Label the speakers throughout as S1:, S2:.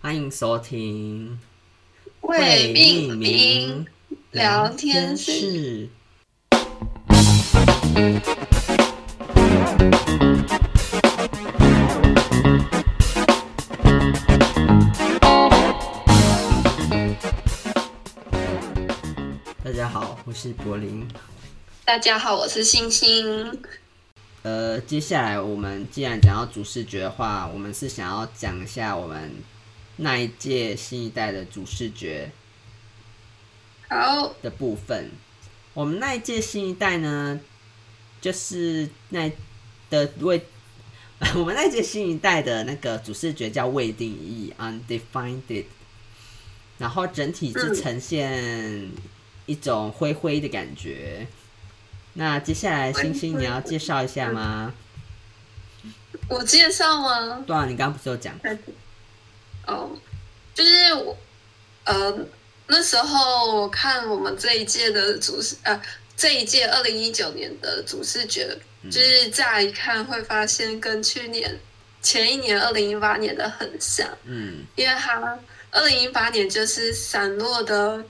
S1: 欢迎收听
S2: 未命名
S1: 名
S2: 聊天室。
S1: 室。大家好，我是柏林。
S2: 大家好，我是星星。
S1: 呃，接下来我们既然讲到主视觉的话，我们是想要讲一下我们那一届新一代的主视觉
S2: 好，
S1: 的部分。我们那一届新一代呢，就是那的未， 我们那一届新一代的那个主视觉叫未定义 （undefined），然后整体是呈现一种灰灰的感觉。那接下来，星星你要介绍一下吗？
S2: 我介绍吗？
S1: 对啊，你刚刚不是有讲？
S2: 哦，就是我，呃，那时候我看我们这一届的主视，呃，这一届二零一九年的主视觉，就是乍一看会发现跟去年、前一年二零一八年的很像。
S1: 嗯
S2: 因为他二零一八年就是散落的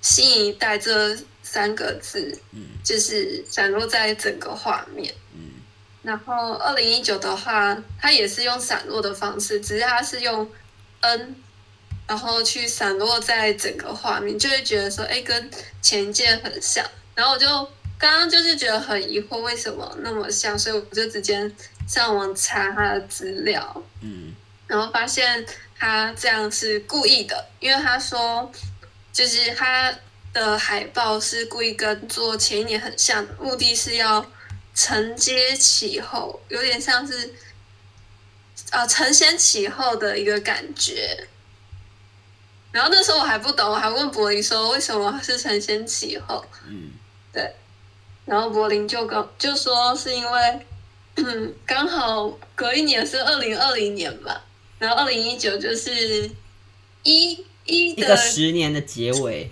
S2: 新一代这三个字，
S1: 嗯
S2: 就是散落在整个画面。
S1: 嗯
S2: 然后二零一九的话，它也是用散落的方式，只是它是用 n，然后去散落在整个画面，就会觉得说，哎，跟前一届很像。然后我就刚刚就是觉得很疑惑，为什么那么像，所以我就直接上网查它的资料。
S1: 嗯
S2: 然后发现他这样是故意的，因为他说，就是他的海报是故意跟做前一年很像的，目的是要承接其后，有点像是啊、呃承先启后的一个感觉。然后那时候我还不懂，我还问柏林说为什么是承先启后，
S1: 嗯
S2: 然后柏林就跟就说是因为， 嗯，刚好隔一年是二零二零年吧，然后二零一九就是一一
S1: 一
S2: 的
S1: 个，十年的结尾，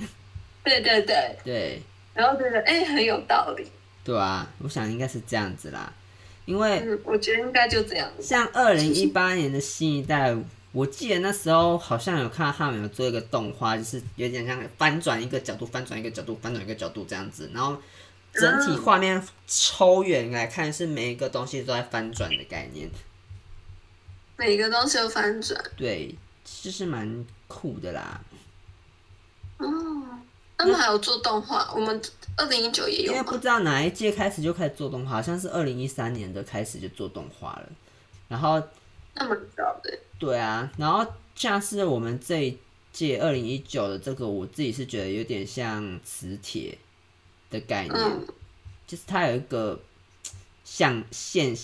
S2: 对对对，
S1: 对。
S2: 然后觉得哎很有道理，
S1: 对啊，我想应该是这样子啦，因为
S2: 嗯，我觉得应该就这样子，
S1: 像二零一八年的新一代，我记得那时候好像有看到他们有做一个动画，就是有点像翻转一个角度，翻转一个角度，翻转一个角度这样子，然后整体画面抽远来看，是每一个东西都在翻转的概念，
S2: 每个东西都翻转，
S1: 对，就是蛮酷的啦。
S2: 哦，他们还有做动画，我们二零一九也
S1: 因
S2: 有
S1: 为不
S2: 嘛，
S1: 知道哪一届开始就开始做动画，好像是二零一三年的开始就做动画了，然后
S2: 那蛮早的，
S1: 对啊，然后像是我们这一届二零一九的这个，我自己是觉得有点像磁铁的概念，
S2: 嗯
S1: 就是它有一个像现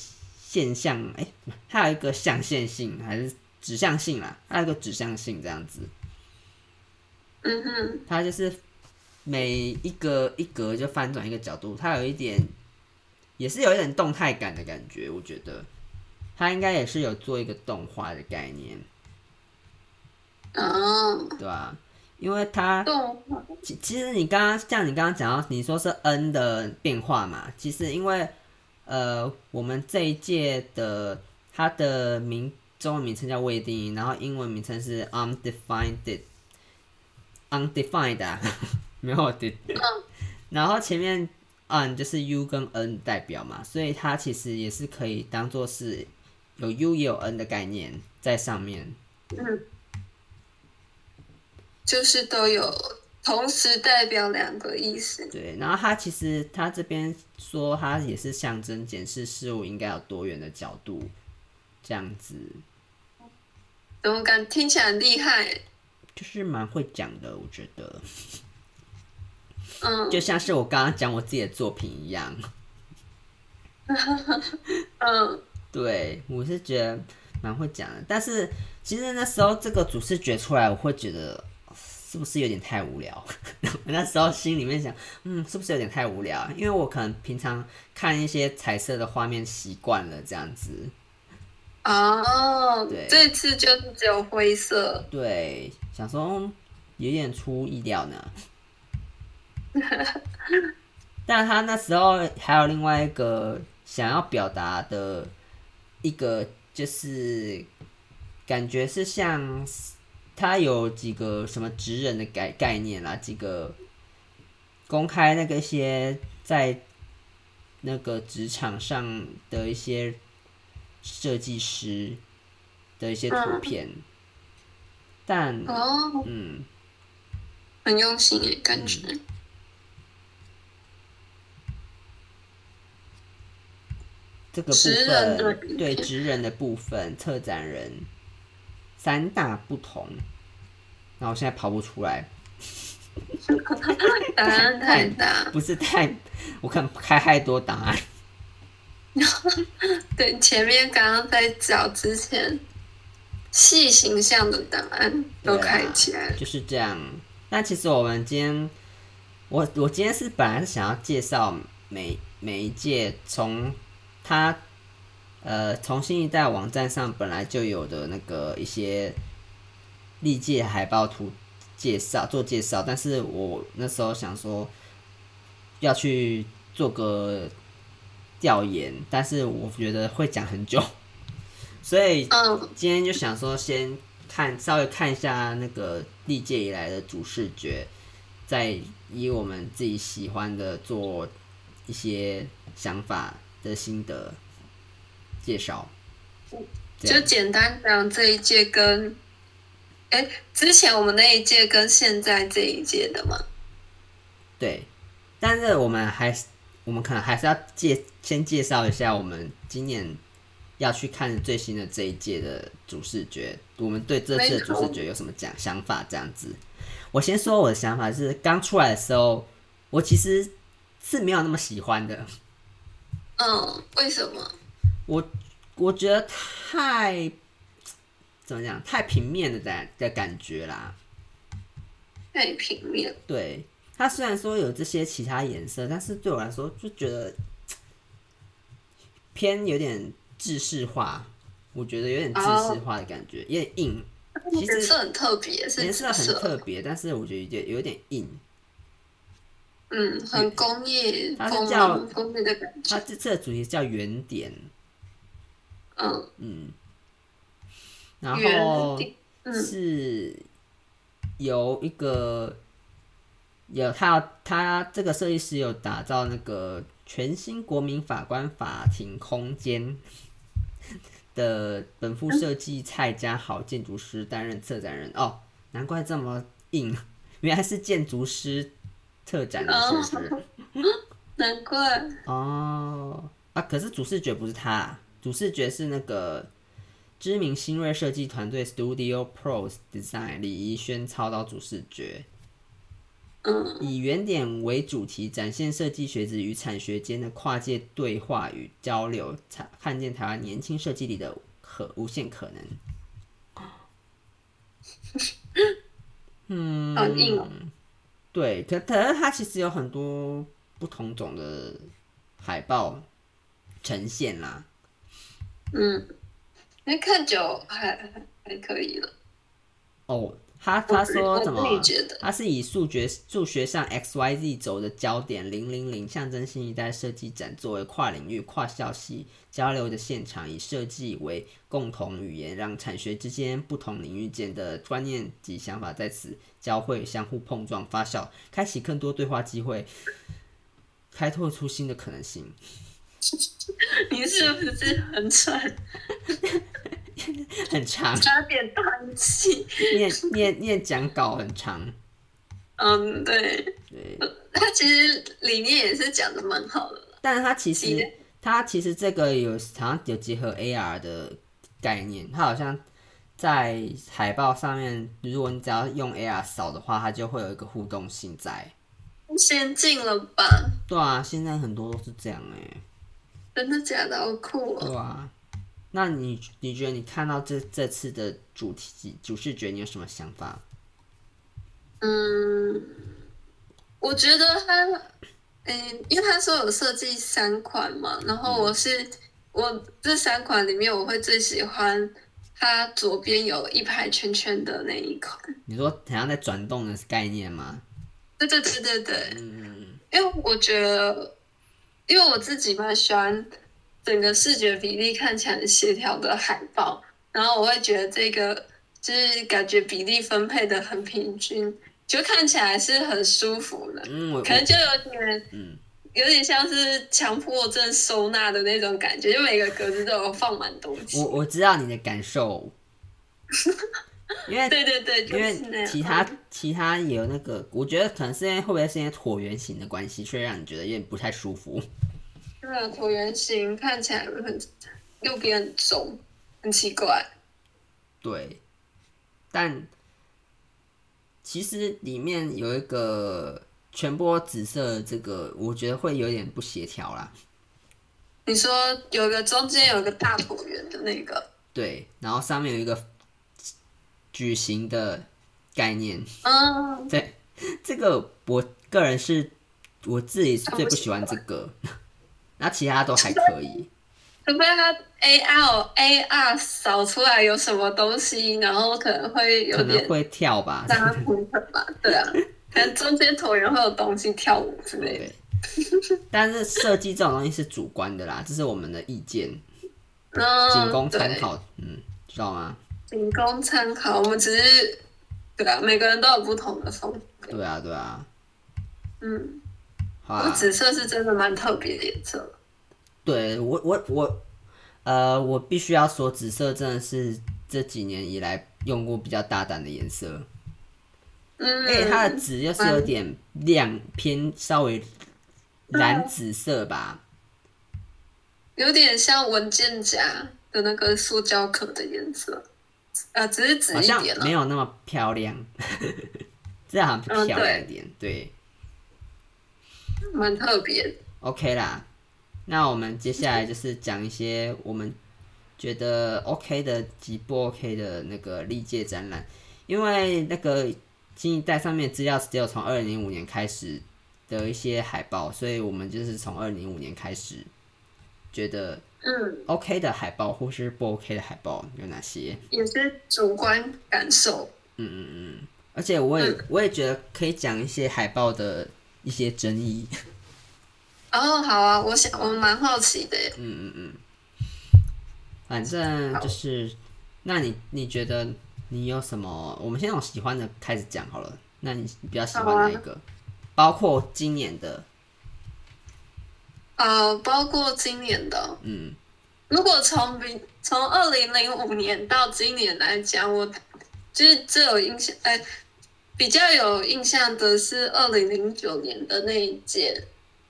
S1: 现象，哎、它有一个象限性还是指向性啦，它有一个指向性这样子，
S2: 嗯哼，
S1: 它就是每一个一格就翻转一个角度，它有一点也是有一点动态感的感觉，我觉得它应该也是有做一个动画的概念，
S2: 嗯，
S1: 对吧、因为它
S2: 动画，
S1: 其其实你刚刚像你刚刚讲到，你说是 N 的变化嘛？其实因为呃，我们这一届的它的名中文名称叫未定义，然后英文名称是 undefined undefined 啊， 没有 d 然后前面 n 就是 u 跟 n 代表嘛，所以它其实也是可以当做是有 u 也有 n 的概念在上面。
S2: 就是都有同时代表两个意思，
S1: 对，然后他其实他这边说，他也是象征检视事物应该有多元的角度，这样子
S2: 怎么感听起来很厉害？
S1: 就是蛮会讲的，我觉得
S2: 嗯
S1: 就像是我刚刚讲我自己的作品一样。
S2: 嗯。
S1: 对，我是觉得蛮会讲的，但是其实那时候这个主视觉出来，我会觉得是不是有点太无聊？ 我那时候心里面想，嗯，是不是有点太无聊？因为我可能平常看一些彩色的画面习惯了这样子。
S2: 哦
S1: 对，
S2: 这次就是只有灰色，
S1: 对，想说嗯有点出意料呢。但他那时候还有另外一个想要表达的一个，就是感觉是像他有几个什么职人的概概念啦，几个公开那个一些在那个职场上的一些设计师的一些图片，但
S2: 哦，
S1: 嗯，
S2: 很用心诶，感觉。
S1: 这个部
S2: 职人的
S1: 分对职人的部分，策展人三大不同。那我现在跑不出来，嗯
S2: 答案太大，
S1: 不是太， 我看开太多档案。
S2: 对，前面刚刚在找之前，细形象的档案都开起来了。
S1: 就是这样。那其实我们今天，我我今天是本来是想要介绍每每一届从它呃从新一代网站上本来就有的那个一些历届海报图介绍做介绍，但是我那时候想说要去做个调研，但是我觉得会讲很久，所以
S2: 嗯，
S1: 今天就想说先看稍微看一下那个历届以来的主视觉，再以我们自己喜欢的做一些想法的心得介绍。这
S2: 就
S1: 样
S2: 简单讲这一届跟，哎，之前我们那一届跟现在这一届的嘛。
S1: 对，但是我们还是我们可能还是要介先介绍一下我们今年要去看最新的这一届的主视觉，我们对这次的主视觉有什么讲想法？这样子，我先说我的想法是，刚出来的时候，我其实是没有那么喜欢的，
S2: 嗯，为什么？
S1: 我我觉得太怎么讲，太平面的感的感觉啦。
S2: 太平面。
S1: 对，它虽然说有这些其他颜色，但是对我来说就觉得偏有点制式化，我觉得有点制式化的感觉，有点硬。其
S2: 颜
S1: 实
S2: 色很特别，是
S1: 颜
S2: 紫
S1: 色很
S2: 色，
S1: 特别，但是我觉得有点有点硬。
S2: 嗯，很工业、
S1: 它是
S2: 工
S1: 叫
S2: 农工业的感
S1: 它
S2: 觉，
S1: 这次的主题叫圆点，
S2: 嗯，
S1: 嗯，然
S2: 圆
S1: 后
S2: 顶，嗯，
S1: 是由一个有他有他这个设计师有打造那个全新国民法官法庭空间的本副设计蔡家豪建筑师担任策展人哦，难怪这么硬，原来是建筑师策展的，是不是？
S2: 难怪，
S1: 哦，啊，可是主视觉不是他啊，主视觉是那个知名新锐设计团队 Studio Pros Design 李怡轩操刀主视觉，
S2: 嗯，
S1: 以原点为主题，展现设计学子与产学间的跨界对话与交流，才看见台湾年轻设计里的可无限可能。嗯，
S2: 好硬哦
S1: 对，可可能它其实有很多不同种的海报呈现啦。
S2: 嗯，那看久还还还可以了，
S1: 哦，他他说
S2: 我
S1: 怎么啊
S2: 自己觉得，
S1: 它是以数学数学上 X Y Z 轴的焦点零零零象征新一代设计展作为跨领域、跨校系交流的现场，以设计为共同语言，让产学之间不同领域间的观念及想法在此交汇、相互碰撞、发酵，开启更多对话机会，开拓出新的可能性。
S2: 你是不是很蠢？
S1: 很长，
S2: 加点叹气，
S1: 念念念讲稿很长，
S2: 嗯，对，
S1: 对。
S2: 他其实理念也是讲的蛮好的，
S1: 但是它其
S2: 你
S1: 实
S2: 的
S1: 它其实这个有好像有结合 AR 的概念，它好像在海报上面，如果你只要用 AR 扫的话，它就会有一个互动性在。
S2: 先进了吧？
S1: 对啊，现在很多都是这样哎、
S2: 真的假的？好酷哦！
S1: 对啊，那你你觉得你看到这这次的主题主视觉，你有什么想法？
S2: 嗯，我觉得他，嗯，因为他说有设计三款嘛，然后我是、我这三款里面，我会最喜欢它左边有一排圈圈的那一款。
S1: 你说好像在转动的概念吗？
S2: 对对对对对，
S1: 嗯，
S2: 因为我觉得，因为我自己蛮喜欢整个视觉比例看起来很协调的海报，然后我会觉得这个就是感觉比例分配的很平均，就看起来是很舒服的，
S1: 嗯，我我
S2: 可能就有点
S1: 嗯
S2: 有点像是强迫症收纳的那种感觉，就每个格子都有放满东西
S1: 我。我知道你的感受， 因为
S2: 对对对，就
S1: 因
S2: 是那
S1: 为
S2: 样。哦
S1: 其他其他也有那个，我觉得可能是因为会不会是因为椭圆形的关系，所以让你觉得有点不太舒服。
S2: 对啊，椭圆形看起来很右边很重，很奇怪。
S1: 对，但其实里面有一个全波紫色的这个，我觉得会有点不协调啦。
S2: 你说有个中间有个大椭圆的那个，
S1: 对，然后上面有一个矩形的概念，
S2: 嗯，
S1: 对，这个我个人是我自己是最不喜欢这个， 那其他都还可以。
S2: 除非它 AR AR 扫出来有什么东西，然后可能会有
S1: 可能
S2: 点
S1: 会跳吧。
S2: 搭平衡吧，对啊，可能中间椭圆会有东西跳舞之类的。
S1: 对，但是设计这种东西是主观的啦，这是我们的意见，仅
S2: 嗯，
S1: 供参
S2: 对，
S1: 考。嗯，知道吗？
S2: 仅供参考。我们只是对啊，每个人都有不同的风格。
S1: 对啊，对啊。
S2: 嗯，
S1: 好
S2: 我
S1: 啊，
S2: 紫色是真的蛮特别的颜色。
S1: 对我我我，呃，我必须要说，紫色真的是这几年以来用过比较大胆的颜色，
S2: 嗯，
S1: 因为它的紫又是有点亮，偏稍
S2: 嗯
S1: 微蓝紫色吧。
S2: 有点像文件夹的那个塑胶壳的颜色，啊，只是紫
S1: 好
S2: 一
S1: 像
S2: 点了、
S1: 没有那么漂亮， 这样好像
S2: 嗯
S1: 漂
S2: 对
S1: 亮一点，对
S2: 蛮特别的。
S1: ，OK 啦。那我们接下来就是讲一些我们觉得 OK 的及不 OK 的那个历届展览，因为那个新一代上面资料只有从二零零五年开始的一些海报，所以我们就是从二零零五年开始觉得
S2: 嗯，
S1: OK 的海报或是不 OK 的海报有哪些。
S2: 也是主观感受。
S1: 而且我也我也觉得可以讲一些海报的一些争议。
S2: 哦，好啊，我想我蛮好奇的耶。
S1: 嗯反正就是，那你你觉得你有什么？我们先从喜欢的开始讲好了。那你比较喜欢
S2: 好啊
S1: 哪一个？包括今年的，
S2: 呃，包括今年的，
S1: 嗯，
S2: 如果从比从二零零五年到今年来讲，我就是最有印象，哎、比较有印象的是二零零九年的那一届，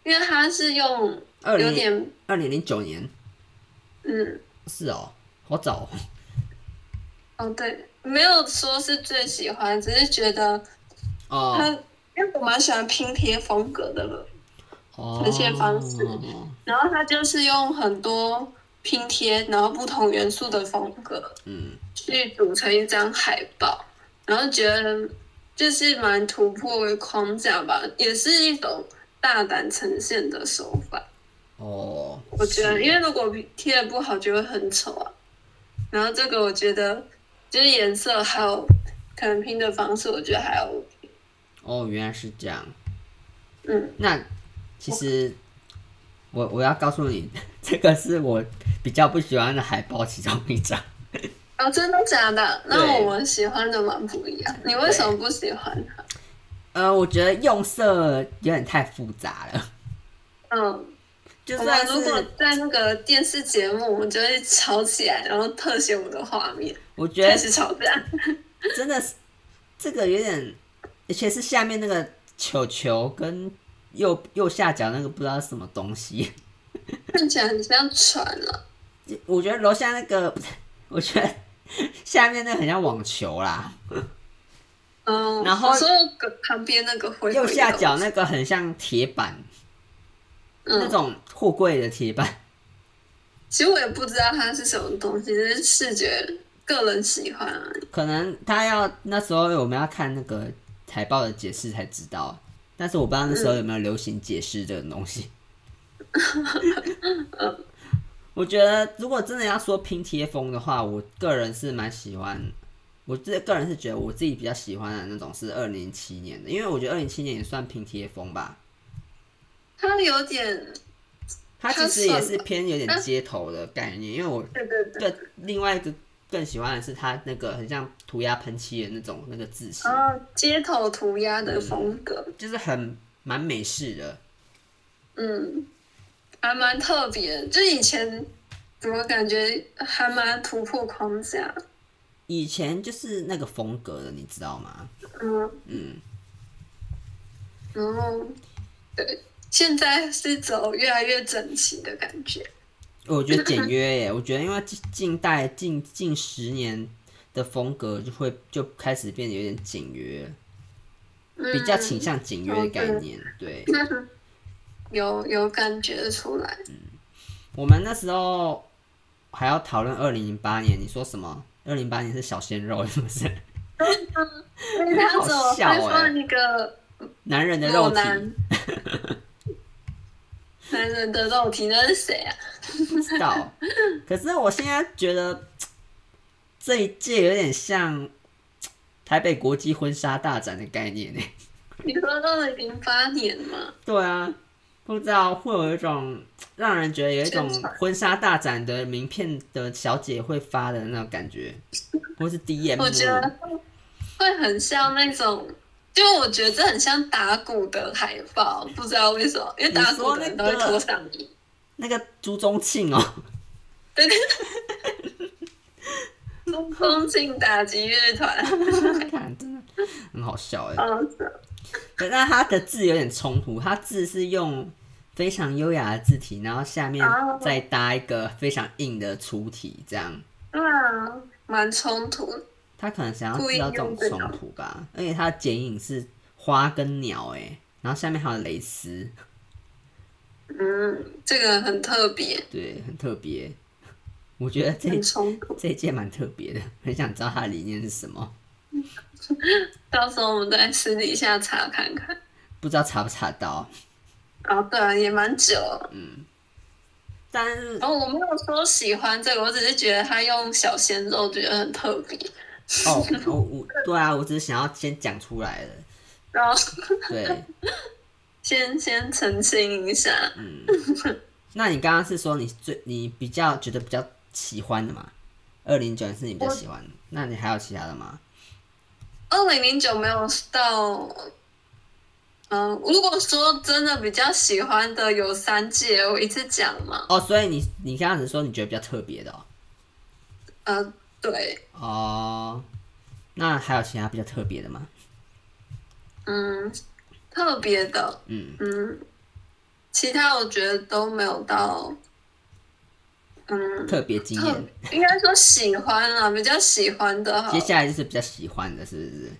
S2: 因为它是用
S1: 二
S2: 有
S1: 零
S2: 点
S1: 二零零九年
S2: 嗯。
S1: 是哦，好早哦、
S2: 哦，对，没有说是最喜欢，只是觉得 他，
S1: 哦
S2: 因为我蛮喜欢拼贴风格的了。
S1: 哦，
S2: 呈现方式然后他就是用很多拼贴，然后不同元素的风格
S1: 嗯，
S2: 去组成一张海报，然后觉得就是蛮突破框架吧，也是一种大胆呈现的手法。
S1: 哦，
S2: 我觉得，
S1: 是
S2: 因为如果贴的不好，就会很丑啊。然后这个我觉得就是颜色还有可能拼的方式，我觉得还有
S1: 哦，原来是这样。
S2: 嗯。
S1: 那其实我我要告诉你， 这个是我比较不喜欢的海报其中一张。
S2: 哦，真的假的？那
S1: 对
S2: 我们喜欢的蛮不一样。你为什么不喜欢它？
S1: 呃，我觉得用色有点太复杂了，
S2: 嗯，
S1: 就
S2: 我
S1: 算
S2: 们如果
S1: 是啊
S2: 在那个电视节目，我们就会吵起来，然后特写我们的画面，
S1: 我觉
S2: 开
S1: 得
S2: 始吵架。
S1: 真的是这个有点，而且是下面那个球球跟右右下角那个不知道是什么东西，
S2: 看起来很像船了、
S1: 我觉得楼下那个， 我觉得下面那个很像网球啦，
S2: 嗯，
S1: 然后
S2: 我说跟旁边那个灰灰的
S1: 右下角那个很像铁板，那
S2: 嗯，
S1: 种货柜的铁板。
S2: 其实我也不知道它是什么东西，只是视觉个人喜欢而已。
S1: 可能他要那时候我们要看那个海报的解释才知道，但是我不知道那时候有没有流行解释这种东西。我觉得如果真的要说拼贴风的话，我个人是蛮喜欢，我自个人是觉得我自己比较喜欢的那种是二零零七年的，因为我觉得二零七年也算拼贴风吧，
S2: 它有点，
S1: 它其实也是偏有
S2: 它
S1: 点
S2: 算
S1: 街头的概念，因为我
S2: 对对对，
S1: 对另外一个更喜欢的是它那个很像涂鸦喷漆的那种那个字型，
S2: 然后街头涂鸦
S1: 嗯
S2: 的风格，
S1: 就是很蛮美式的。
S2: 嗯，还蛮特别。就是以前怎么感觉还蛮突破框架，
S1: 以前就是那个风格的，你知道吗？
S2: 嗯
S1: 嗯，
S2: 然后对，现在是走越来越整齐的感觉。
S1: 我觉得简约 耶，我觉得因为近近代近近十年的风格就会就开始变得有点简约，
S2: 嗯
S1: 比较倾向简约的概
S2: 嗯
S1: 念。对，
S2: 有有感觉得出来，
S1: 我们那时候还要讨论二零零八年，你说什么？二零零八年是小鲜肉是不是？
S2: 所以他怎么会放一个
S1: 男人的欸肉
S2: 裸
S1: 体，
S2: 男？男人的肉体那是谁啊？
S1: 不知道。可是我现在觉得这一届有点像台北国际婚纱大展的概念呢。
S2: 你说二零零八年吗？
S1: 对啊，不知道会有一种让人觉得有一种
S2: 宣传
S1: 婚纱大展的名片的小姐会发的那种感觉，或是 DM。
S2: 我觉得会很像那种，就我觉得这很像打鼓的海报，不知道为什么，因为打鼓的人都会脱上衣。
S1: 那个朱宗庆哦、
S2: 对对对， 风景打击乐团，
S1: 看真的很好笑哎。
S2: 嗯，
S1: 可是他的字有点冲突，他字是用非常优雅的字体，然后下面
S2: 哦
S1: 再搭一个非常硬的粗体，这样
S2: 对啊，蛮冲突的。
S1: 他可能想要制造这种冲突吧。而且他的剪影是花跟鸟哎，然后下面还有蕾丝，
S2: 嗯，这个很特别，
S1: 对，很特别。我觉得这
S2: 很冲突。
S1: 这一届蛮特别的，很想知道他的理念是什么，
S2: 到时候我们再私底下查看看。
S1: 不知道查不查到。
S2: 哦，对啊，也蛮久了。
S1: 但是
S2: 然后我没有说喜欢这个，我只是觉得他用小鲜肉觉得很特别。
S1: 哦，我我对啊，我只是想要先讲出来了，
S2: 然后
S1: 对。
S2: 先先澄清一下，
S1: 那你刚刚是说你最你比较觉得比较喜欢的嘛？二零九是你比较喜欢的，那你还有其他的吗？
S2: 二零零九没有到。嗯，如果说真的比较喜欢的有三届，我一次讲嘛。
S1: 哦，所以你你刚刚只是说你觉得比较特别的哦，
S2: 呃，对，
S1: 哦，那还有其他比较特别的吗？
S2: 嗯，特别的，
S1: 嗯，
S2: 嗯，其他我觉得都没有到，嗯，
S1: 特别惊
S2: 特哦
S1: 艳。
S2: 应该说喜欢啊，比较喜欢的哈
S1: 接，下来就是比较喜欢的，是不是？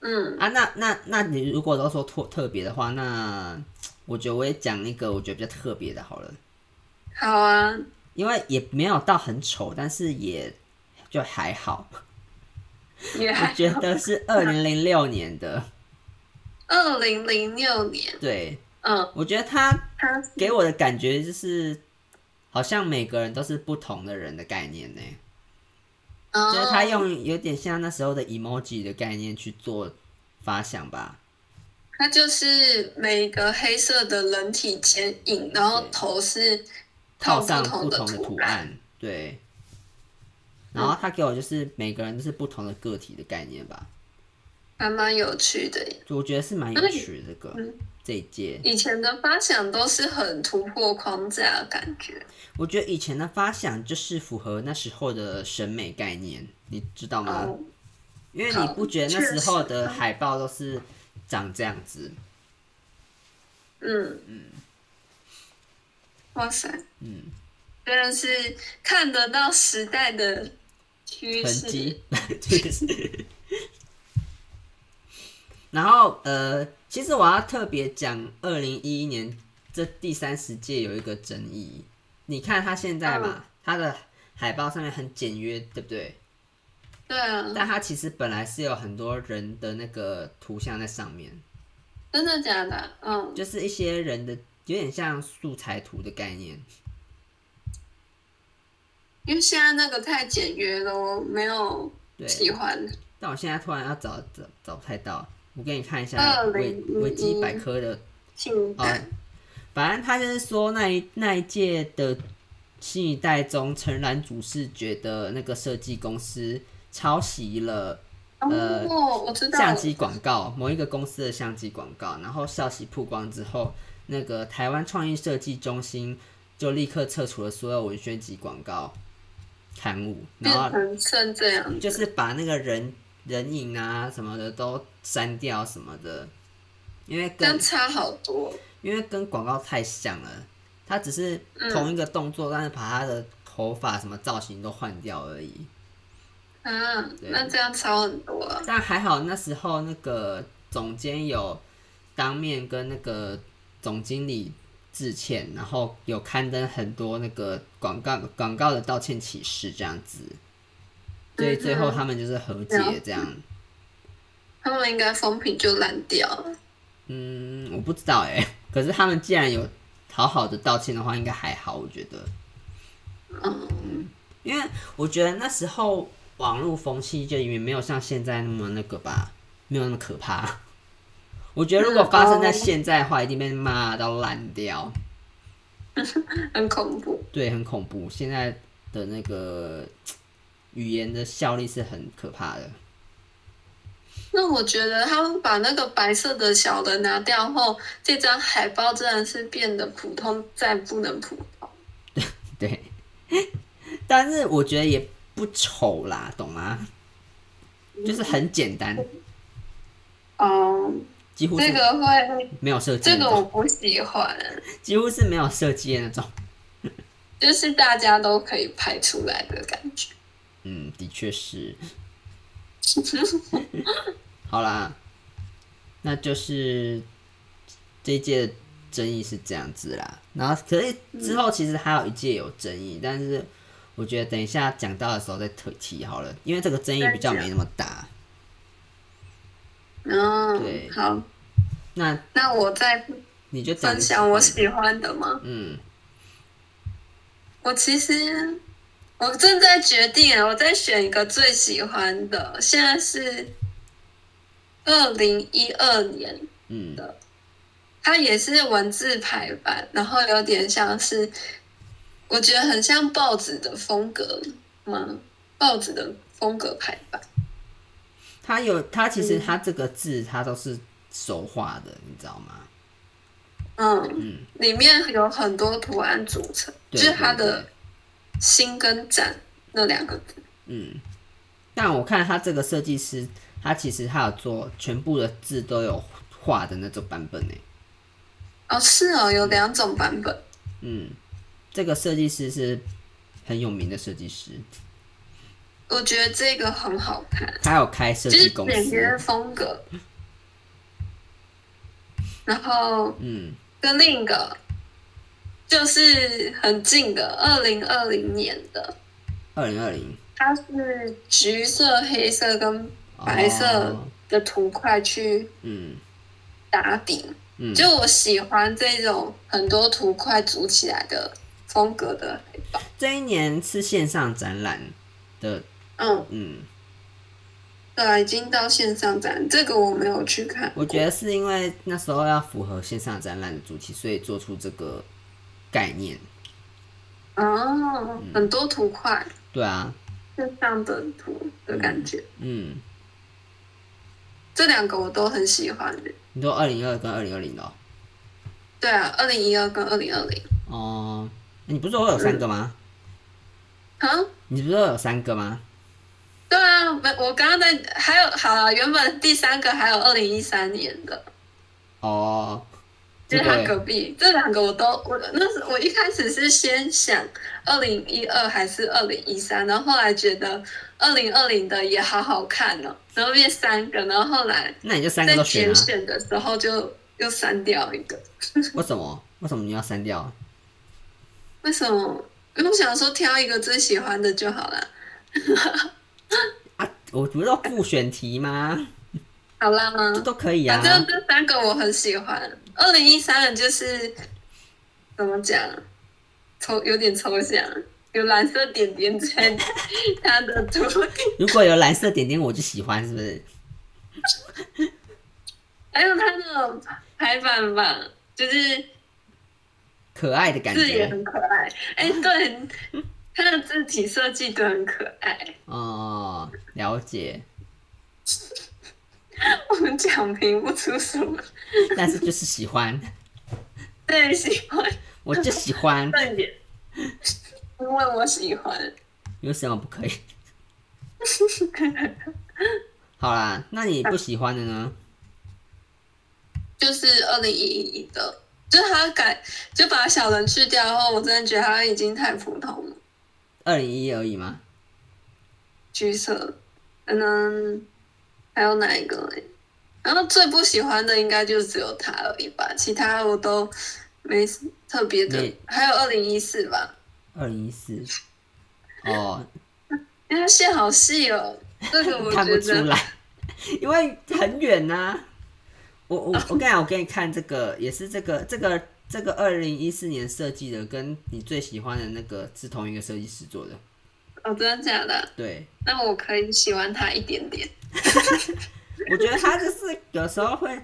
S2: 嗯，
S1: 啊，那那那你如果都说特特别的话，那我觉得我也讲一个我觉得比较特别的好了，
S2: 好啊，
S1: 因为也没有到很丑，但是也就还好。
S2: 也
S1: 我
S2: 还
S1: 觉得是二零零六年的，
S2: 二零零六年，
S1: 对，
S2: 嗯，
S1: 我觉得他
S2: 他
S1: 给我的感觉就是，好像每个人都是不同的人的概念呢。
S2: 就
S1: 就是他用有点像那时候的 emoji 的概念去做发想吧。
S2: 它就是每个黑色的人体剪影，然后头是
S1: 套
S2: 不
S1: 上
S2: 同
S1: 不同的
S2: 图
S1: 图。案，对。然后他给我就是每个人都是不同的个体的概念吧，
S2: 还蛮有趣的耶。
S1: 就我觉得是蛮有趣的这个
S2: 嗯
S1: 这一届。
S2: 以前的发想都是很突破框架的感觉，
S1: 我觉得以前的发想就是符合那时候的审美概念，你知道吗？
S2: 哦，
S1: 因为你不觉得那时候的海报都是长这样子？
S2: 嗯嗯，哇塞，
S1: 嗯，
S2: 真的是看得到时代的趋
S1: 痕
S2: 势。
S1: 迹， 就是。然后呃，其实我要特别讲，二零一一年这第三十届有一个争议，你看它现在嘛，它的海报上面很简约，对不对？
S2: 对啊，
S1: 但它其实本来是有很多人的那个图像在上面，
S2: 真的假的？嗯，
S1: 就是一些人的有点像素材图的概念。
S2: 因为现在那个太简约了，我没有
S1: 对，
S2: 喜欢。
S1: 但我现在突然要找找找不太到，我给你看一下
S2: 2011
S1: 维维基百科的
S2: 性
S1: 啊
S2: 感，，
S1: 反正他就是说那一那一届的新一代中，陈岚主视觉的那个设计公司抄袭了呃
S2: 哦，我知道，
S1: 相机广告，某一个公司的相机广告，然后消息曝光之后，那个台湾创意设计中心就立刻撤除了所有文宣及广告刊物，
S2: 变
S1: 然后
S2: 成剩这样子，
S1: 就是把那个人人影啊什么的都删掉什么的，因为
S2: 这样
S1: 跟
S2: 差好多。
S1: 因为跟广告太像了，他只是同一个动作，但是把他的头发什么造型都换掉而已。
S2: 啊，
S1: 对
S2: 那这样差很多啊。
S1: 但还好那时候那个总监有当面跟那个总经理致歉，然后有刊登很多那个广告广告的道歉启事这样子，所以最后他们就是和解这样。
S2: 他们应该风评就烂掉了。
S1: 嗯，我不知道哎、 可是他们既然有好好的道歉的话，应该还好，我觉得。
S2: 嗯，
S1: 因为我觉得那时候网络风气就也没有像现在那么那个吧，没有那么可怕。我觉得如果发生在现在的话，一定被骂到烂掉，
S2: 很恐怖。
S1: 对，很恐怖。现在的那个嘖语言的效力是很可怕的。
S2: 那我觉得他们把那个白色的小人拿掉后，这张海报真的是变得普通再不能普通。
S1: 对，但是我觉得也不丑啦，懂吗？就是很简单，
S2: 哦，
S1: 几乎
S2: 这
S1: 是
S2: 个会，
S1: 没有设计
S2: 这
S1: 的
S2: 个
S1: 那
S2: 我
S1: 种，
S2: 不喜欢，
S1: 几乎是没有设计的那种。
S2: 就是大家都可以拍出来的感觉。
S1: 嗯，的确是。 好啦，那就是这一届的争议是这样子啦。然后，可是
S2: 嗯
S1: 之后其实还有一届有争议，但是我觉得等一下讲到的时候再特提好了，因为这个争议比
S2: 啊
S1: 较没那么大。对
S2: 嗯，好，
S1: 那
S2: 那我再
S1: 你就讲
S2: 分享我喜欢的吗？
S1: 嗯，
S2: 我其实我正在决定，啊我在选一个最喜欢的。现在是二零一二年，
S1: 嗯嗯
S2: 它也是文字排版，然后有点像是，我觉得很像报纸的风格吗？报纸的风格排版，
S1: 他有他其实他这个字他都是手画的，你知道吗？
S2: 嗯，里面有很多图案组成，就
S1: 对
S2: 是它
S1: 对对
S2: 的心跟展那两个字。
S1: 嗯，但我看他这个设计师，他其实他有做全部的字都有画的那种版本呢。
S2: 哦，是哦，有两种版本。
S1: 嗯，这个设计师是很有名的设计师，
S2: 我觉得这个很好看。
S1: 他有开设
S2: 就是
S1: 计公
S2: 简约
S1: 司。
S2: 风格。然后
S1: 嗯
S2: 跟另一个就是很近的，二零二零年的，
S1: 二零二零
S2: 它是橘色、黑色跟白色
S1: 哦
S2: 的图块去
S1: 嗯
S2: 打底。
S1: 嗯，
S2: 就我喜欢这种很多图块组起来的风格的海报。
S1: 这一年是线上展览的，
S2: 嗯，
S1: 嗯，
S2: 对啊，已经到线上展，这个我没有去看。
S1: 我觉得是因为那时候要符合线上展览的主题，所以做出这个概念。嗯
S2: 哦，很多图块，
S1: 对啊，
S2: 线上的图的感觉。
S1: 嗯，
S2: 这两个我都很喜欢的。
S1: 你说二零二跟二零二零的哦。
S2: 对啊，二零一二跟二零二零
S1: 哦，你不是说我有三个吗？
S2: 啊，
S1: 你不是说有三个吗？
S2: 对啊，没我刚刚在还有好了，原本第三个还有二零一三年的，
S1: 哦，
S2: 就是他
S1: 这个
S2: 隔壁这两个我都我那时我一开始是先想二零一二还是二零一三，然后后来觉得二零二零的也好好看哦，然后变三个，然后后来
S1: 那你就三个
S2: 在
S1: 都选
S2: 节
S1: 啊？
S2: 选的时候就又删掉一个，
S1: 为什么？为什么你要删掉？
S2: 为什么？因为我想说挑一个最喜欢的就好了。
S1: 我不是要复选题 吗？
S2: 好啦吗？
S1: 这都可以啊
S2: 反。正这三个我很喜欢。二零一三的就是怎么讲，抽有点抽象，有蓝色点点在它的 图里，
S1: 如果有蓝色点点，我就喜欢，是不是？
S2: 还有它的排版吧，就是
S1: 可爱的感
S2: 字也
S1: 觉。
S2: 很可爱。 哎、对，它的字体设计都很可爱。
S1: 哦，了解。
S2: 我们讲评不出什么，
S1: 但是就是喜欢，
S2: 对，喜欢
S1: 我就喜欢，
S2: 对点，因为我喜欢。
S1: 有什么不 可以？好啦，那你
S2: 啊
S1: 不喜欢的呢？
S2: 就是二零一一的，就是他改就把小人去掉后，我真的觉得他已经太普通了。
S1: 二零一而已吗？
S2: 橘色，嗯，还有哪一个嘞？然后最不喜欢的应该就只有他而已吧，其他我都没特别的
S1: 你。
S2: 还有二零一四吧，
S1: 二零一 四。哦，
S2: 因为他线好细哦，这个我
S1: 看不
S2: 觉
S1: 出
S2: 得
S1: 来，因为很远呐、我我我跟你讲，我给你看这个，也是这个这个这个二零一四年设计的，跟你最喜欢的那个是同一个设计师做的。
S2: 哦，真的假的？
S1: 对，
S2: 那我可以喜欢他一点点。
S1: 我觉得他 就是有时候会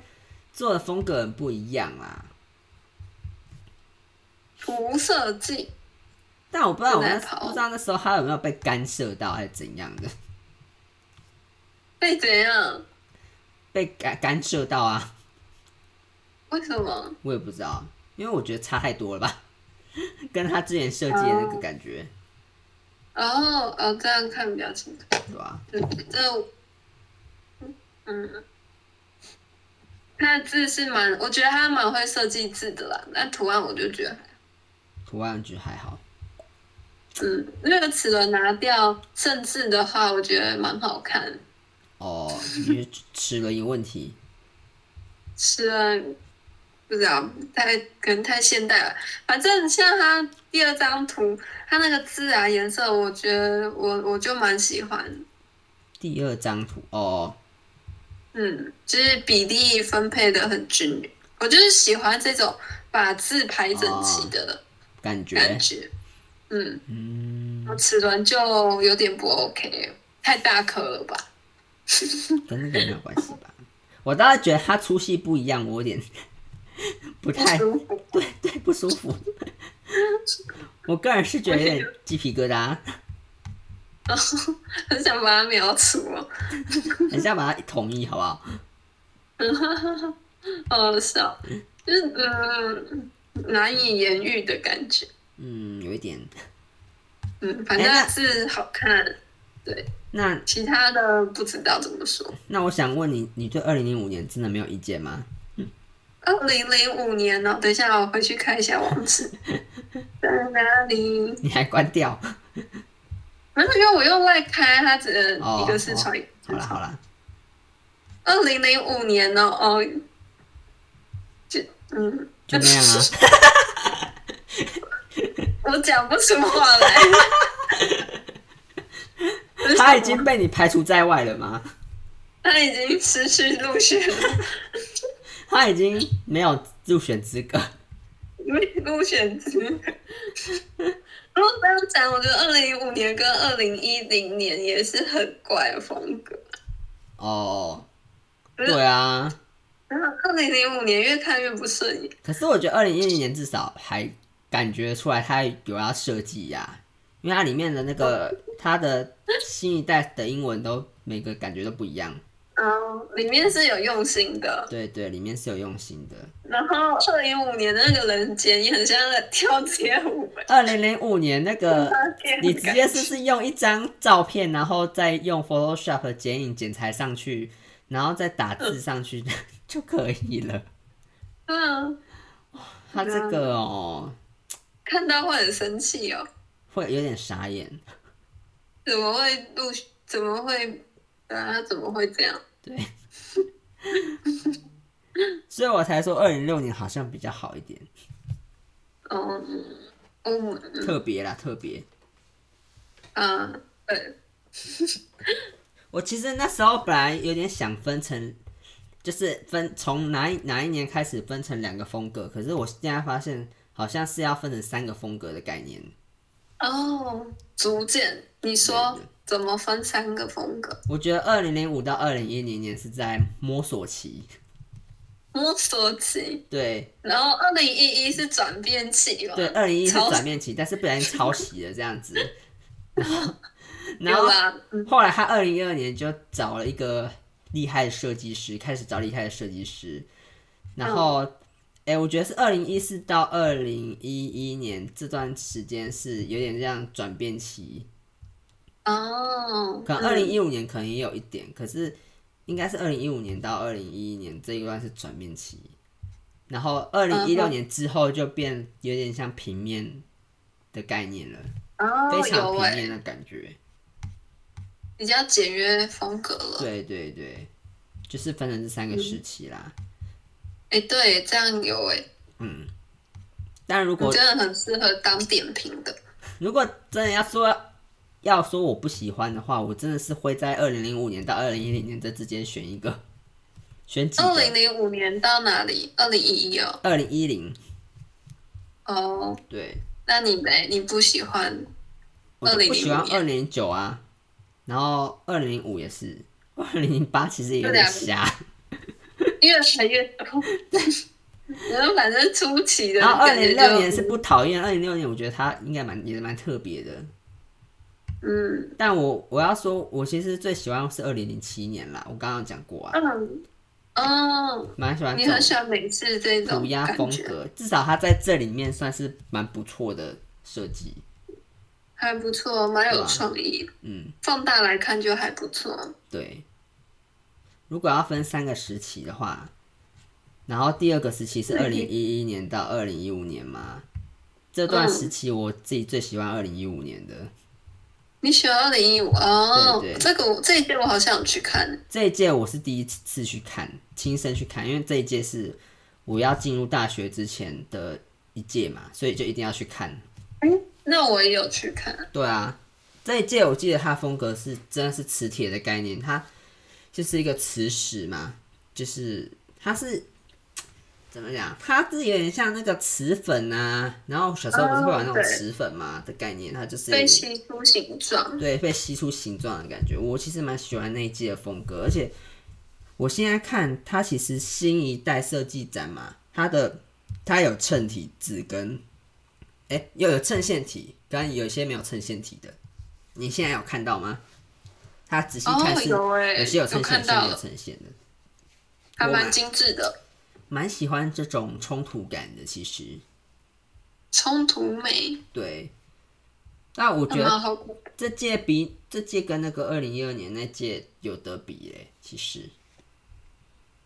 S1: 做的风格很不一样啊啦。
S2: 涂设计，
S1: 但我不知道我那
S2: 正在跑
S1: 不知道那时候他有没有被干涉到，还是怎样的，
S2: 被怎样？
S1: 被干干涉到啊，
S2: 为什么？
S1: 我也不知道，因为我觉得差太多了吧， 跟他之前设计的那个
S2: 哦
S1: 感觉，
S2: 哦哦，这样看比较清楚。
S1: 对吧、
S2: 对，这我，嗯，他的字是蛮，我觉得他蛮会设计字的啦。但图案我就觉得，
S1: 图案就还好，
S2: 嗯，那个齿轮拿掉正字的话，我觉得蛮好看。
S1: 哦，你是齿轮有问题，
S2: 齿轮嗯不知道太可能太现代了，反正像他第二张图，他那个字啊颜色，我觉得我我就蛮喜欢。
S1: 第二张图哦，
S2: 嗯，就是比例分配的很均匀。我就是喜欢这种把字排整齐的
S1: 感觉
S2: 感，觉。嗯，
S1: 嗯，
S2: 齿轮就有点不 OK，太大颗了吧？
S1: 跟那个没有关系吧？我倒是觉得他粗细不一样，我有点 不
S2: 不
S1: 太
S2: 舒服。
S1: 对对不舒服，我个人是觉得有点鸡皮疙瘩，
S2: 很想把它描除哦，
S1: 很想把它统一，好不好？
S2: 好好笑，就是嗯难以言喻的感觉。
S1: 嗯，有一点。
S2: 嗯，反
S1: 哎那
S2: 正字好看，
S1: 那
S2: 其他的不知道怎么说。
S1: 那我想问你，你对二零零五年真的没有意见吗？
S2: 二零零五年呢、等一下我回去看一下 网址在哪里。
S1: 你还关掉？
S2: 没有，因为我用赖开，它只能一个是传。
S1: 哦好啦好啦，
S2: 二零零五年呢、哦，就嗯，
S1: 就那样啊。
S2: 我讲不出话来。
S1: 他已经被你排除在外了吗？
S2: 他已经失去入学了
S1: 他已经没有入选资格。
S2: 入选资格。如果这样讲，我觉得二零零五年跟二零一零年也是很怪的风格。
S1: 哦，对啊，
S2: 然后二零零五年越看越不顺眼，
S1: 可是我觉得二零一零年至少还感觉出来他有要设计呀，因为它里面的那个它的新一代的英文都每个感觉都不一样。
S2: 然后里面是有用心的。
S1: 对对，里面是有用心的。
S2: 然后二零五年的那个人杰也很像在跳街舞，
S1: 二零零五年那个
S2: 他给我
S1: 你
S2: 的
S1: 直
S2: 感
S1: 接
S2: 觉
S1: 是不是用一张照片，然后再用 Photoshop 剪影剪裁上去，然后再打
S2: 呃
S1: 字上去、 就可以了。
S2: 对啊，
S1: 他这个哦，
S2: 看到会很生气哦，
S1: 会有点傻眼。
S2: 怎么会录？怎么会？啊，他怎么会这样？
S1: 对， 所以我才说二零六年好像比较好一点，
S2: 哦，嗯，嗯
S1: 特别啦，特别。
S2: 啊，对，
S1: 我其实那时候本来有点想分成，就是分从哪一哪一年开始分成两个风格，可是我现在发现好像是要分成三个风格的概念。
S2: 哦，逐渐，你说怎么分三个风格？
S1: 我觉得二零零五到二零一零年是在摸索期，
S2: 摸索期，
S1: 对
S2: 然后二零一一是转变期嘛，
S1: 对，二零一是
S2: 抄袭
S1: 转变期，但是不小心抄袭了这样 子，然后
S2: 有
S1: 然后
S2: 啦，嗯
S1: 后来他二零一二年就找了一个厉害的设计师，开始找厉害的设计师，
S2: 嗯
S1: 然后哎、诶我觉得是二零一四到二零一一年这段时间是有点这样转变期，
S2: 哦，
S1: 可能
S2: 嗯
S1: 二零一五年可能也有一点，可是应该是二零一五年到二零一一年这一段是转变期，然后二零一
S2: 嗯
S1: 六
S2: 哼
S1: 年之后就变有点像平面的概念了，非
S2: 哦
S1: 常
S2: 有
S1: 平
S2: 哎、
S1: 面的感觉。
S2: 比较简约风格了，
S1: 对对对，就是分成这三个时期啦。
S2: 哎、对，这样有哎、
S1: 嗯，但如
S2: 你
S1: 果
S2: 真的很适合当点评的，
S1: 如果真的要说要说我不喜欢的话，我真的是会在二零零五年到二零一零年这之间选一个，选几
S2: 二零
S1: 个？
S2: 零五年到哪里？二零一一哦，
S1: 二零一零，
S2: 哦，
S1: 对。
S2: 那你没你不喜欢
S1: 我就不喜欢
S2: 2005
S1: 二零九啊，然后二零零五也是，二零零八其实也有
S2: 啊
S1: 点瞎，
S2: 越来越多，然后反正初期的
S1: 然后二
S2: 感
S1: 零
S2: 觉
S1: 六年
S2: 就是
S1: 不讨厌，二零六年我觉得它应该蛮也蛮特别的，
S2: 嗯
S1: 但我我要说，我其实最喜欢是二零零七年啦，我刚刚讲过啊，
S2: 嗯哦，
S1: 蛮喜欢
S2: 你
S1: 这
S2: 很
S1: 种
S2: 喜欢美式这种
S1: 涂鸦
S2: 感
S1: 风
S2: 觉，
S1: 格，至少它在这里面算是蛮不错的设计，
S2: 还不错，蛮
S1: 对
S2: 有
S1: 啊
S2: 创意。
S1: 嗯，
S2: 放大来看就还不错。
S1: 对。如果要分三个时期的话，然后第二个时期是二零一一年到二零一五年嘛，这段时期我自己最喜欢二零一五年的
S2: 你喜欢二零一五哦
S1: 对对，
S2: 这个我这一届我好像有去看，
S1: 这一届，我是第一次去看，亲身去看，因为这一届是我要进入大学之前的一届嘛，所以就一定要去看。
S2: 那我也有去看，
S1: 对啊，这一届我记得它的风格是真的是磁铁的概念，它就是一个磁石嘛，就是它是怎么讲？它是有点像那个磁粉啊，然后小时候不是会玩那种
S2: 哦对
S1: 磁粉嘛的概念，它就是
S2: 被吸出形状，
S1: 对被吸出形状的感觉。我其实蛮喜欢那一季的风格，而且我现在看它其实新一代设计展嘛，它的它有衬体字跟哎、又有衬线体，刚刚有一些没有衬线体的，你现在有看到吗？它仔细看
S2: 哦，
S1: 是、
S2: 有哎、
S1: 有些有
S2: 有
S1: 衬线，有
S2: 看
S1: 些没
S2: 到
S1: 有，衬线的，
S2: 还
S1: 我买
S2: 蛮精致的，
S1: 蛮喜欢这种冲突感的。其实
S2: 冲突美，
S1: 对，但我觉
S2: 还
S1: 得
S2: 蛮好看。
S1: 这届比这届跟那个二零一二年那届有得比嘞，其实。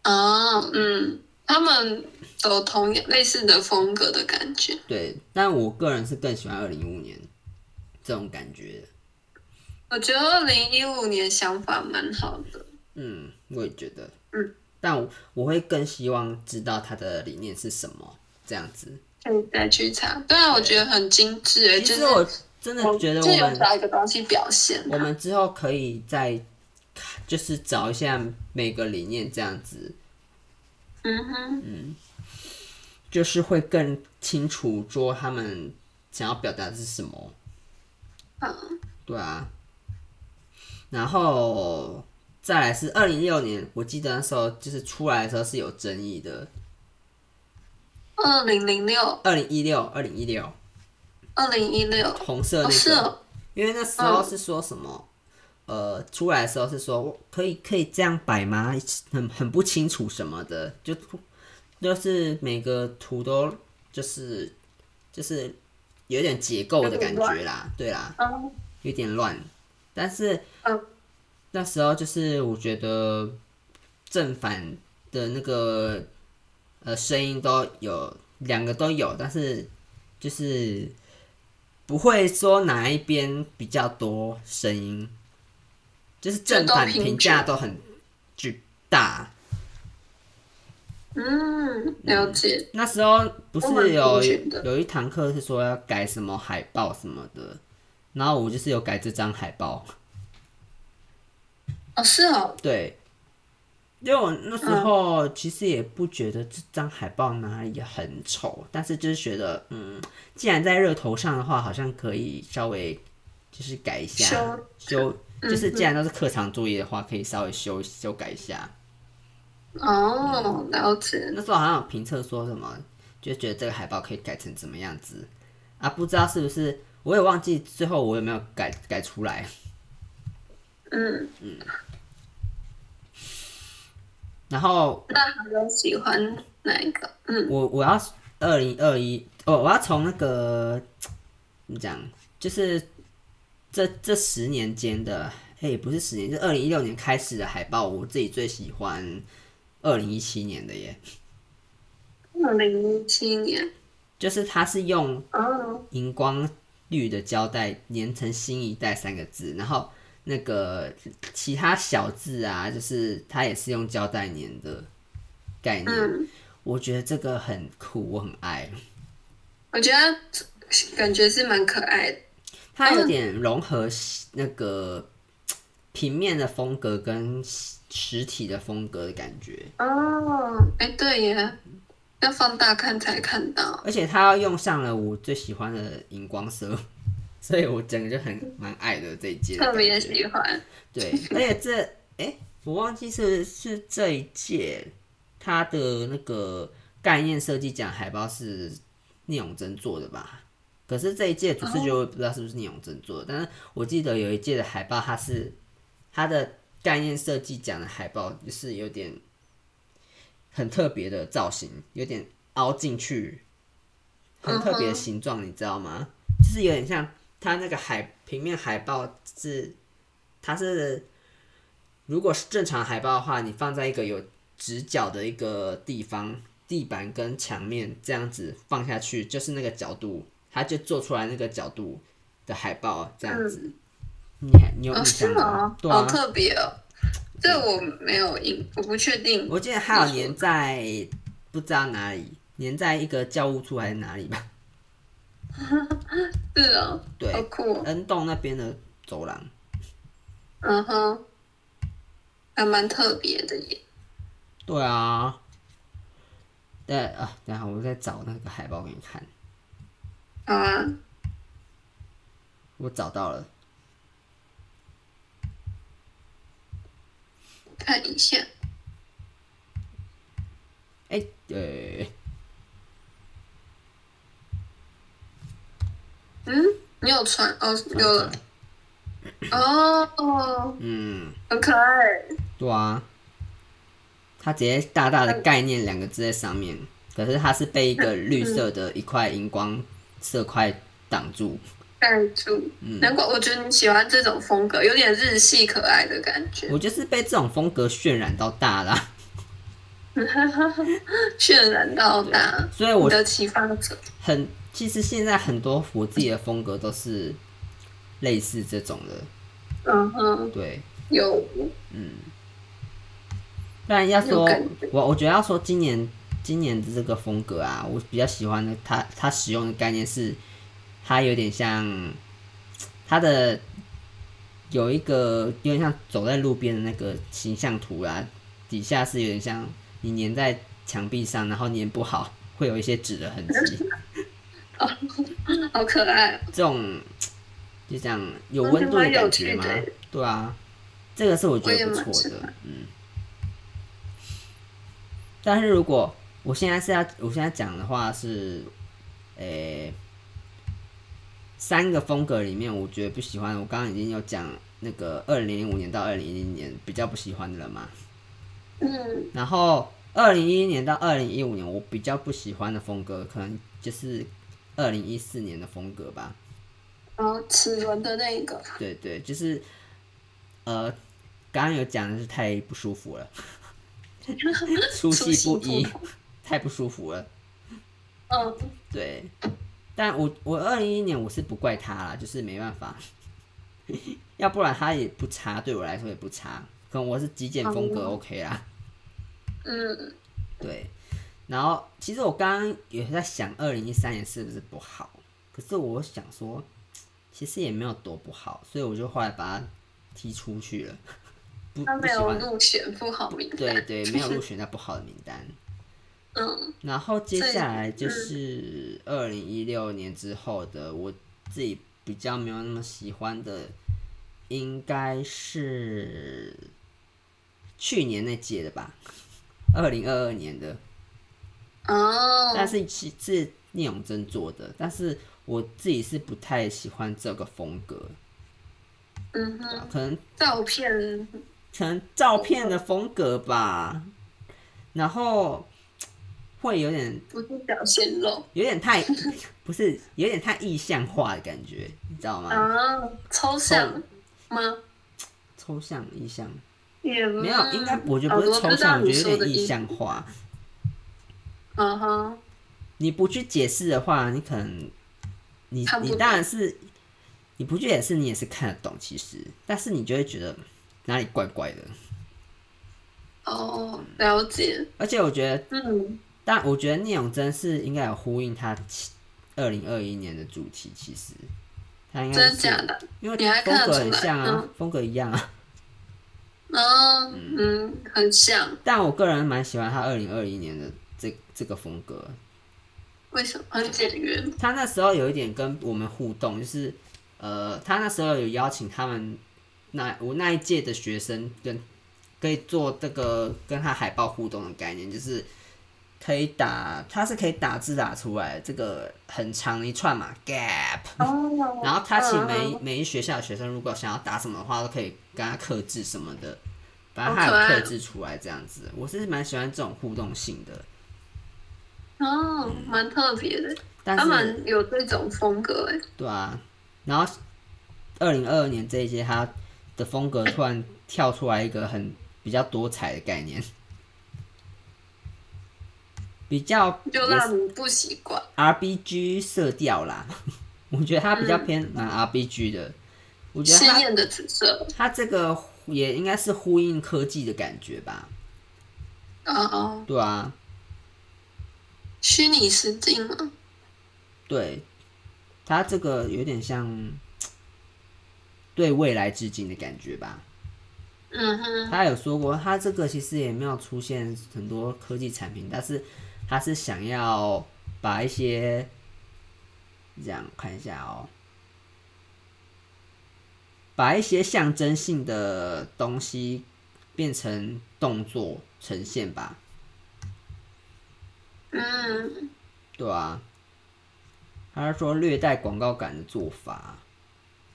S2: 哦，嗯，他们走同样类似的风格的感觉，
S1: 对，但我个人是更喜欢二零一五年这种感觉的。
S2: 我觉得二零一五年想法蛮好的，
S1: 嗯，我也觉得。
S2: 嗯，
S1: 但我我会更希望知道他的理念是什么，这样子。
S2: 可以再去查。对啊，我觉得很精致哎、
S1: 其
S2: 就是
S1: 实我真的觉得
S2: 就
S1: 我
S2: 有
S1: 们
S2: 找一个东西表现啊、
S1: 我们之后可以再看就是找一下每个理念这样子，
S2: 嗯哼。
S1: 就是会更清楚说他们想要表达的是什么。
S2: 嗯
S1: 对啊，然后再来是二零一六年，我记得那时候就是出来的时候是有争议的。
S2: 二零零六、
S1: 二零一六，二零一六，
S2: 二零一六，
S1: 红色
S2: 哦，
S1: 那
S2: 是
S1: 个，
S2: 哦，
S1: 因为那时候是说什么？呃，出来的时候是说我可以可以这样摆吗？很很不清楚什么的，就就是每个图都就是就是有点结构的感觉啦，对啦，
S2: 嗯
S1: 有点乱。但是
S2: 嗯
S1: 那时候就是我觉得正反的那个呃声音都有，两个都有，但是就是不会说哪一边比较多声音，就是正
S2: 就都
S1: 反
S2: 平
S1: 评价都很巨大。
S2: 嗯，了解，
S1: 那时候不
S2: 都蛮
S1: 是
S2: 平
S1: 有
S2: 均的
S1: 有一堂课是说要改什么海报什么的，然后我就是有改这张海报。
S2: 哦，是哦，
S1: 对，因为我那时候其实也不觉得这张海报哪里很丑，但是就是觉得，嗯，既然在热头上的话，好像可以稍微就是改一下
S2: 修，
S1: 修，就是既然都是课堂作业的话，可以稍微修修改一下。
S2: 哦，了解。
S1: 那时候好像有评测说什么，就觉得这个海报可以改成怎么样子啊？不知道是不是，我也忘记最后我有没有改改出来。
S2: 嗯，
S1: 然后
S2: 那还有喜欢哪一个？嗯，
S1: 我我要二零二一，哦，我要从那个怎么讲，就是这这十年间的，哎，不是十年，是二零一六年开始的海报，我自己最喜欢二零一七年的耶，
S2: 二零一七年。
S1: 就是它是用
S2: 哦，
S1: 荧光绿的胶带粘成“新一代”三个字，然后那个其他小字啊，就是它也是用胶带粘的概念。
S2: 嗯，
S1: 我觉得这个很酷，我很爱。
S2: 我觉得感觉是蛮可爱的。
S1: 它有点融合那个平面的风格跟实体的风格的感觉，
S2: 哦，哎，对耶，要放大看才看到。
S1: 而且它用上了我最喜欢的荧光色，所以我整个就很蛮爱的这一届的
S2: 特
S1: 感
S2: 别
S1: 觉。
S2: 喜欢。
S1: 对，而且这哎、我忘记是是这一届它的那个概念设计奖海报是聂永真做的吧？可是这一届主视觉我也不知道是不是聂永真做的，但是我记得有一届的海报，它是它的概念设计奖的海报，就是有点很特别的造型，有点凹进去，很特别的形状，你知道吗？就是有点像它那个海平面海报是它是，如果是正常海报的话，你放在一个有直角的一个地方，地板跟墙面这样子放下去，就是那个角度，它就做出来那个角度的海报这样子。你嗯你有
S2: 哦，
S1: 印
S2: 是
S1: 象
S2: 吗
S1: 吗？？对
S2: 好
S1: 啊，
S2: 特别哦。这我没有印，我不确定。
S1: 我记得还有粘在不知道哪里，粘在一个教务处还是哪里吧？
S2: 是哦，
S1: 对
S2: 好酷哦。
S1: 恩洞那边的走廊。
S2: 嗯哼，还蛮特别的耶。
S1: 对啊，对啊，等一下我再找那个海报给你看，
S2: 好啊，
S1: 我找到了。
S2: 看一下。
S1: 哎、对，
S2: 嗯，你有传哦？有了哦，
S1: 嗯，
S2: 很可爱。
S1: 对啊，它直接大大的概念两个字在上面，可是它是被一个绿色的一块荧光色块挡住。
S2: 盖住，
S1: 嗯
S2: 难怪我觉得你喜欢这种风格，有点日系可爱的感觉，
S1: 我就是被这种风格渲染到大啦、
S2: 渲染到大，
S1: 所以
S2: 你
S1: 嗯我
S2: 的启发者。
S1: 很其实现在很多我自己的风格都是类似这种的，
S2: 嗯哼，
S1: 对。
S2: 有
S1: 不然要
S2: 有
S1: 说
S2: 感觉，
S1: 我我觉得要说今年今年的这个风格啊，我比较喜欢的，它它使用的概念是，它有点像它的有一个有点像走在路边的那个形象图啦、底下是有点像你粘在墙壁上，然后粘不好会有一些纸的痕迹，
S2: 好可爱，
S1: 这种就这样有温度的感觉嘛
S2: 哦嗯蛮有趣的，
S1: 对啊，这个是我觉
S2: 我也
S1: 得不
S2: 蛮
S1: 错
S2: 喜
S1: 的
S2: 欢，
S1: 嗯。但是如果我现在是要，我现在讲的话是，诶、三个风格里面，我觉得不喜欢。我刚刚已经有讲那个二零零五年到二零一零年比较不喜欢的了嘛，
S2: 嗯，
S1: 然后二零一一年到二零一五年，我比较不喜欢的风格，可能就是二零一四年的风格吧。
S2: 然后齿轮的那个，
S1: 对对，就是呃，刚刚有讲的是太不舒服了，出
S2: 出
S1: 戏不
S2: 行
S1: 一
S2: 不，同
S1: 太不舒服了。
S2: 嗯，
S1: 对，但我我二零一年我是不怪他啦，就是没办法， 要不然他也不差，对我来说也不差，可能我是极简风格
S2: 哦
S1: OK 啦。
S2: 嗯，
S1: 对，然后其实我刚刚也在想，二零一三年是不是不好？可是我想说，其实也没有多不好，所以我就后来把它踢出去了，不
S2: 他
S1: 不
S2: 啊没
S1: 喜
S2: 有
S1: 欢。
S2: 入选不好名单，
S1: 对对，没有入选到不好的名单。
S2: 嗯，
S1: 然后接
S2: 所以嗯
S1: 下来就是二零一六年之后的，我自己比较没有那么喜欢的，应该是去年那届的吧。二零二二年的，
S2: 哦，
S1: 但是其是聂永真做的，但是我自己是不太喜欢这个风格，啊
S2: 嗯哼，
S1: 可能
S2: 照片，
S1: 可能照片的风格吧，然后会有点
S2: 不是表现肉
S1: 有点太 不是有点太意象化的感觉，你知道吗？
S2: 啊，抽象吗？
S1: 抽象意象
S2: 也
S1: 没有，应该我
S2: 嗯哦我
S1: 觉得不是抽象，
S2: 我
S1: 我
S2: 知道你
S1: 觉得
S2: 说
S1: 有
S2: 的
S1: 点
S2: 意
S1: 意
S2: 思
S1: 象化。
S2: 嗯哼，
S1: 你不去解释的话，你可能你
S2: 看不
S1: 你
S2: 懂
S1: 当然是你不去解释，你也是看得懂，其实，但是你就会觉得哪里怪怪的。
S2: 哦，了解，
S1: 而且我觉得，
S2: 嗯，
S1: 但我觉得聂永真是应该有呼应他二零二一年的主题，其实他应该
S2: 真的
S1: 是
S2: 假的？
S1: 因为
S2: 你还
S1: 风
S2: 看得
S1: 格
S2: 出
S1: 很
S2: 来
S1: 像啊
S2: 嗯，
S1: 风格一样啊。
S2: 嗯嗯，很像，
S1: 但我个人蛮喜欢他二零二一年的这这个风格，
S2: 为什么？很简约，
S1: 他那时候有一点跟我们互动，就是呃，他那时候有邀请他们那我那一届的学生跟可以做这个跟他海报互动的概念，就是可以打，他是可以打字打出来这个很长的一串嘛 gap，
S2: 哦
S1: 然后他请每
S2: 没。
S1: 一每一学校的学生如果想要打什么的话，都可以跟他克制什么的，反正他
S2: 好可爱
S1: 有
S2: 哦
S1: 克制出来这样子，我是蛮喜欢这种互动性的，
S2: 哦，蛮特别的，
S1: 嗯但
S2: 他
S1: 是。
S2: 们有这种风格哎，
S1: 对啊，然后二零二二年这一届，它的风格突然跳出来一个很比较多彩的概念，比较
S2: 就让你不习惯。
S1: RPG 色调啦。 我觉得它比
S2: 嗯
S1: 较偏蛮 RPG 的，我觉得
S2: 鲜
S1: 它
S2: 艳的紫色，
S1: 它这个也应该是呼应科技的感觉吧？
S2: 哦，
S1: 对啊，
S2: 虚拟实境吗？
S1: 对，它这个有点像对未来致敬的感觉吧？
S2: 嗯哼，
S1: 他有说过，他这个其实也没有出现很多科技产品，但是他是想要把一些，这样看一下哦，把一些象征性的东西变成动作呈现吧，
S2: 嗯，
S1: 对啊，他说略带广告感的做法，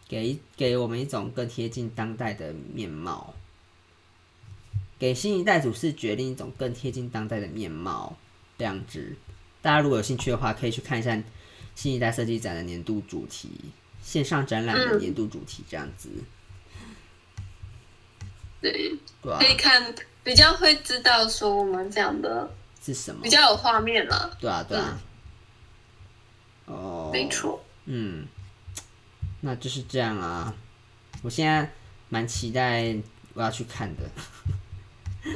S1: 给给我们一种更贴近当代的面貌，给新一代主视觉另一种更贴近当代的面貌。这样子，大家如果有兴趣的话，可以去看一下新一代设计展的年度主题，线上展览的
S2: 嗯
S1: 年度主题，这样子，
S2: 对，
S1: 对啊吧、
S2: 可以看，比较会知道说我们讲的
S1: 是什么
S2: 比？较有画面啦，
S1: 对啊，对啊。哦，
S2: 没错。
S1: 嗯，那就是这样啊。我现在蛮期待我要去看的。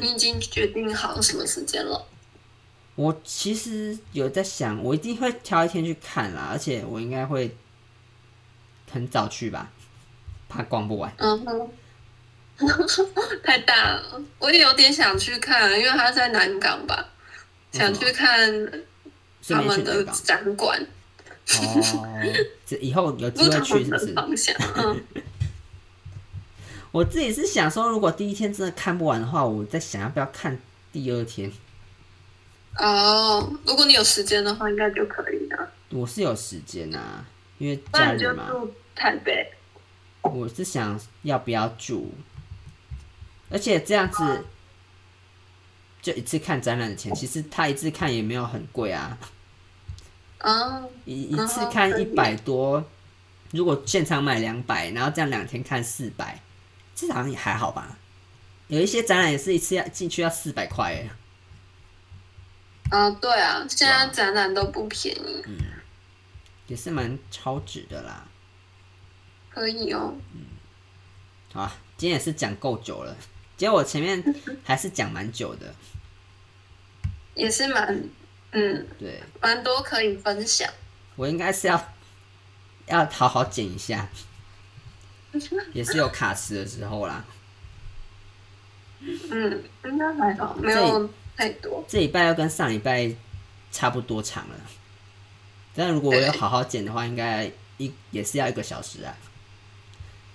S2: 你已经决定好什么时间了？
S1: 我其实有在想，我一定会挑一天去看啦，而且我应该会很早去吧，怕逛不完。
S2: 嗯哼， 太大了，我也有点想去看，因为他在南港吧，
S1: 为什
S2: 想
S1: 么
S2: 去看
S1: 顺
S2: 他
S1: 便去
S2: 们
S1: 南
S2: 的
S1: 港。
S2: 展馆，
S1: 哦，这以后有
S2: 不
S1: 机会去
S2: 同
S1: 是不
S2: 的
S1: 是？
S2: 方向。 嗯，
S1: 我自己是想说，如果第一天真的看不完的话，我在想要不要看第二天。
S2: 哦，如果你有时间的话，应该就可 以了。
S1: 我是有时间啊，因为
S2: 那
S1: 家
S2: 你
S1: 人
S2: 就
S1: 嘛。
S2: 住台北。
S1: 我是想要不要住，而且这样子就一次看展览的钱，其实他一次看也没有很贵啊，
S2: 哦，
S1: 一一次
S2: 哦
S1: 看
S2: 可
S1: 一
S2: 以
S1: 百多，如果现场买两百，然后这样两天看四百，这好像也还好吧。有一些展览也是一次要进去要四百块耶，
S2: 啊，对啊，现在展览都不便宜，
S1: 嗯也是蛮超值的啦。
S2: 可以哦。
S1: 好啊，今天也是讲够久了，结果我前面还是讲蛮久的，
S2: 也是蛮，嗯，
S1: 对
S2: 蛮多可以分享。
S1: 我应该是要 要好好剪一下。也是有卡池的时候啦。
S2: 嗯，应该还好，没有太多。
S1: 这礼拜要跟上礼拜差不多长了，但如果我要好好剪的话，应该一也是要一个小时啊，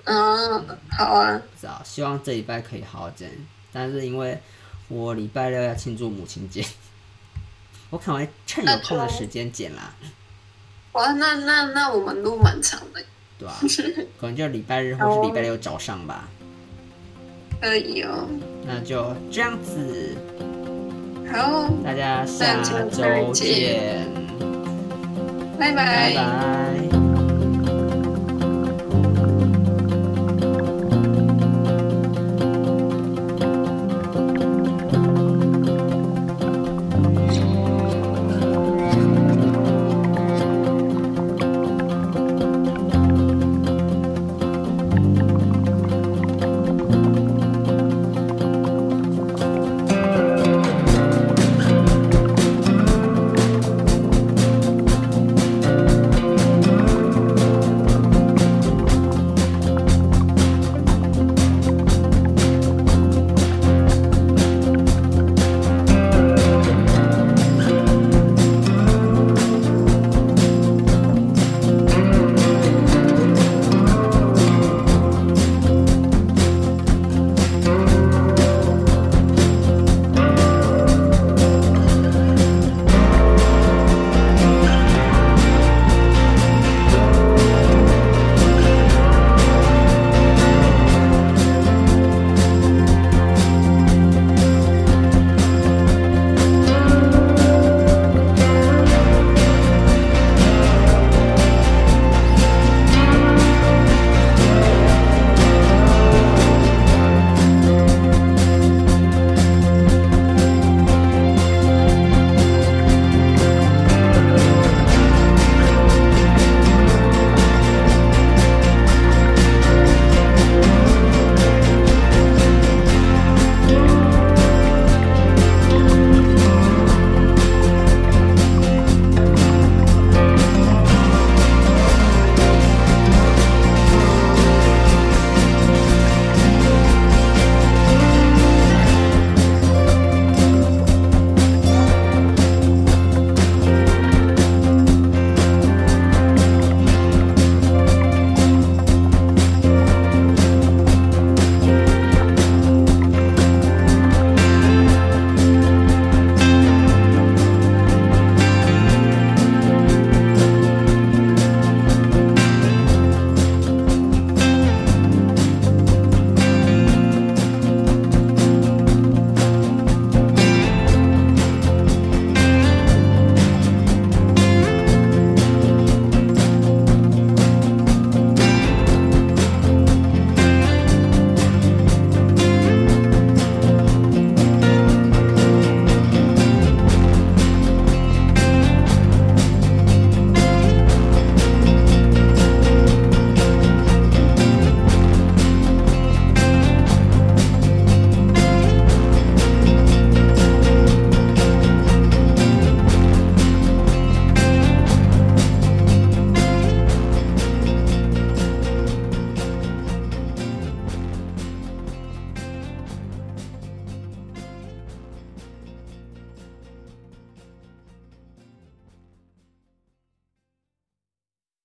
S2: 嗯，好啊啊
S1: 不，知道。希望这礼拜可以好好剪，但是因为我礼拜六要庆祝母亲节， 我可能会趁有空的时间剪啦，
S2: 哇，那那那我们录蛮长的，
S1: 对吧、可能就礼拜日或是礼拜六早上吧。
S2: 可以哦。
S1: 那就这样子，
S2: 好，哦
S1: 大家下
S2: 那就再
S1: 周
S2: 见
S1: 见，
S2: 拜
S1: 拜拜。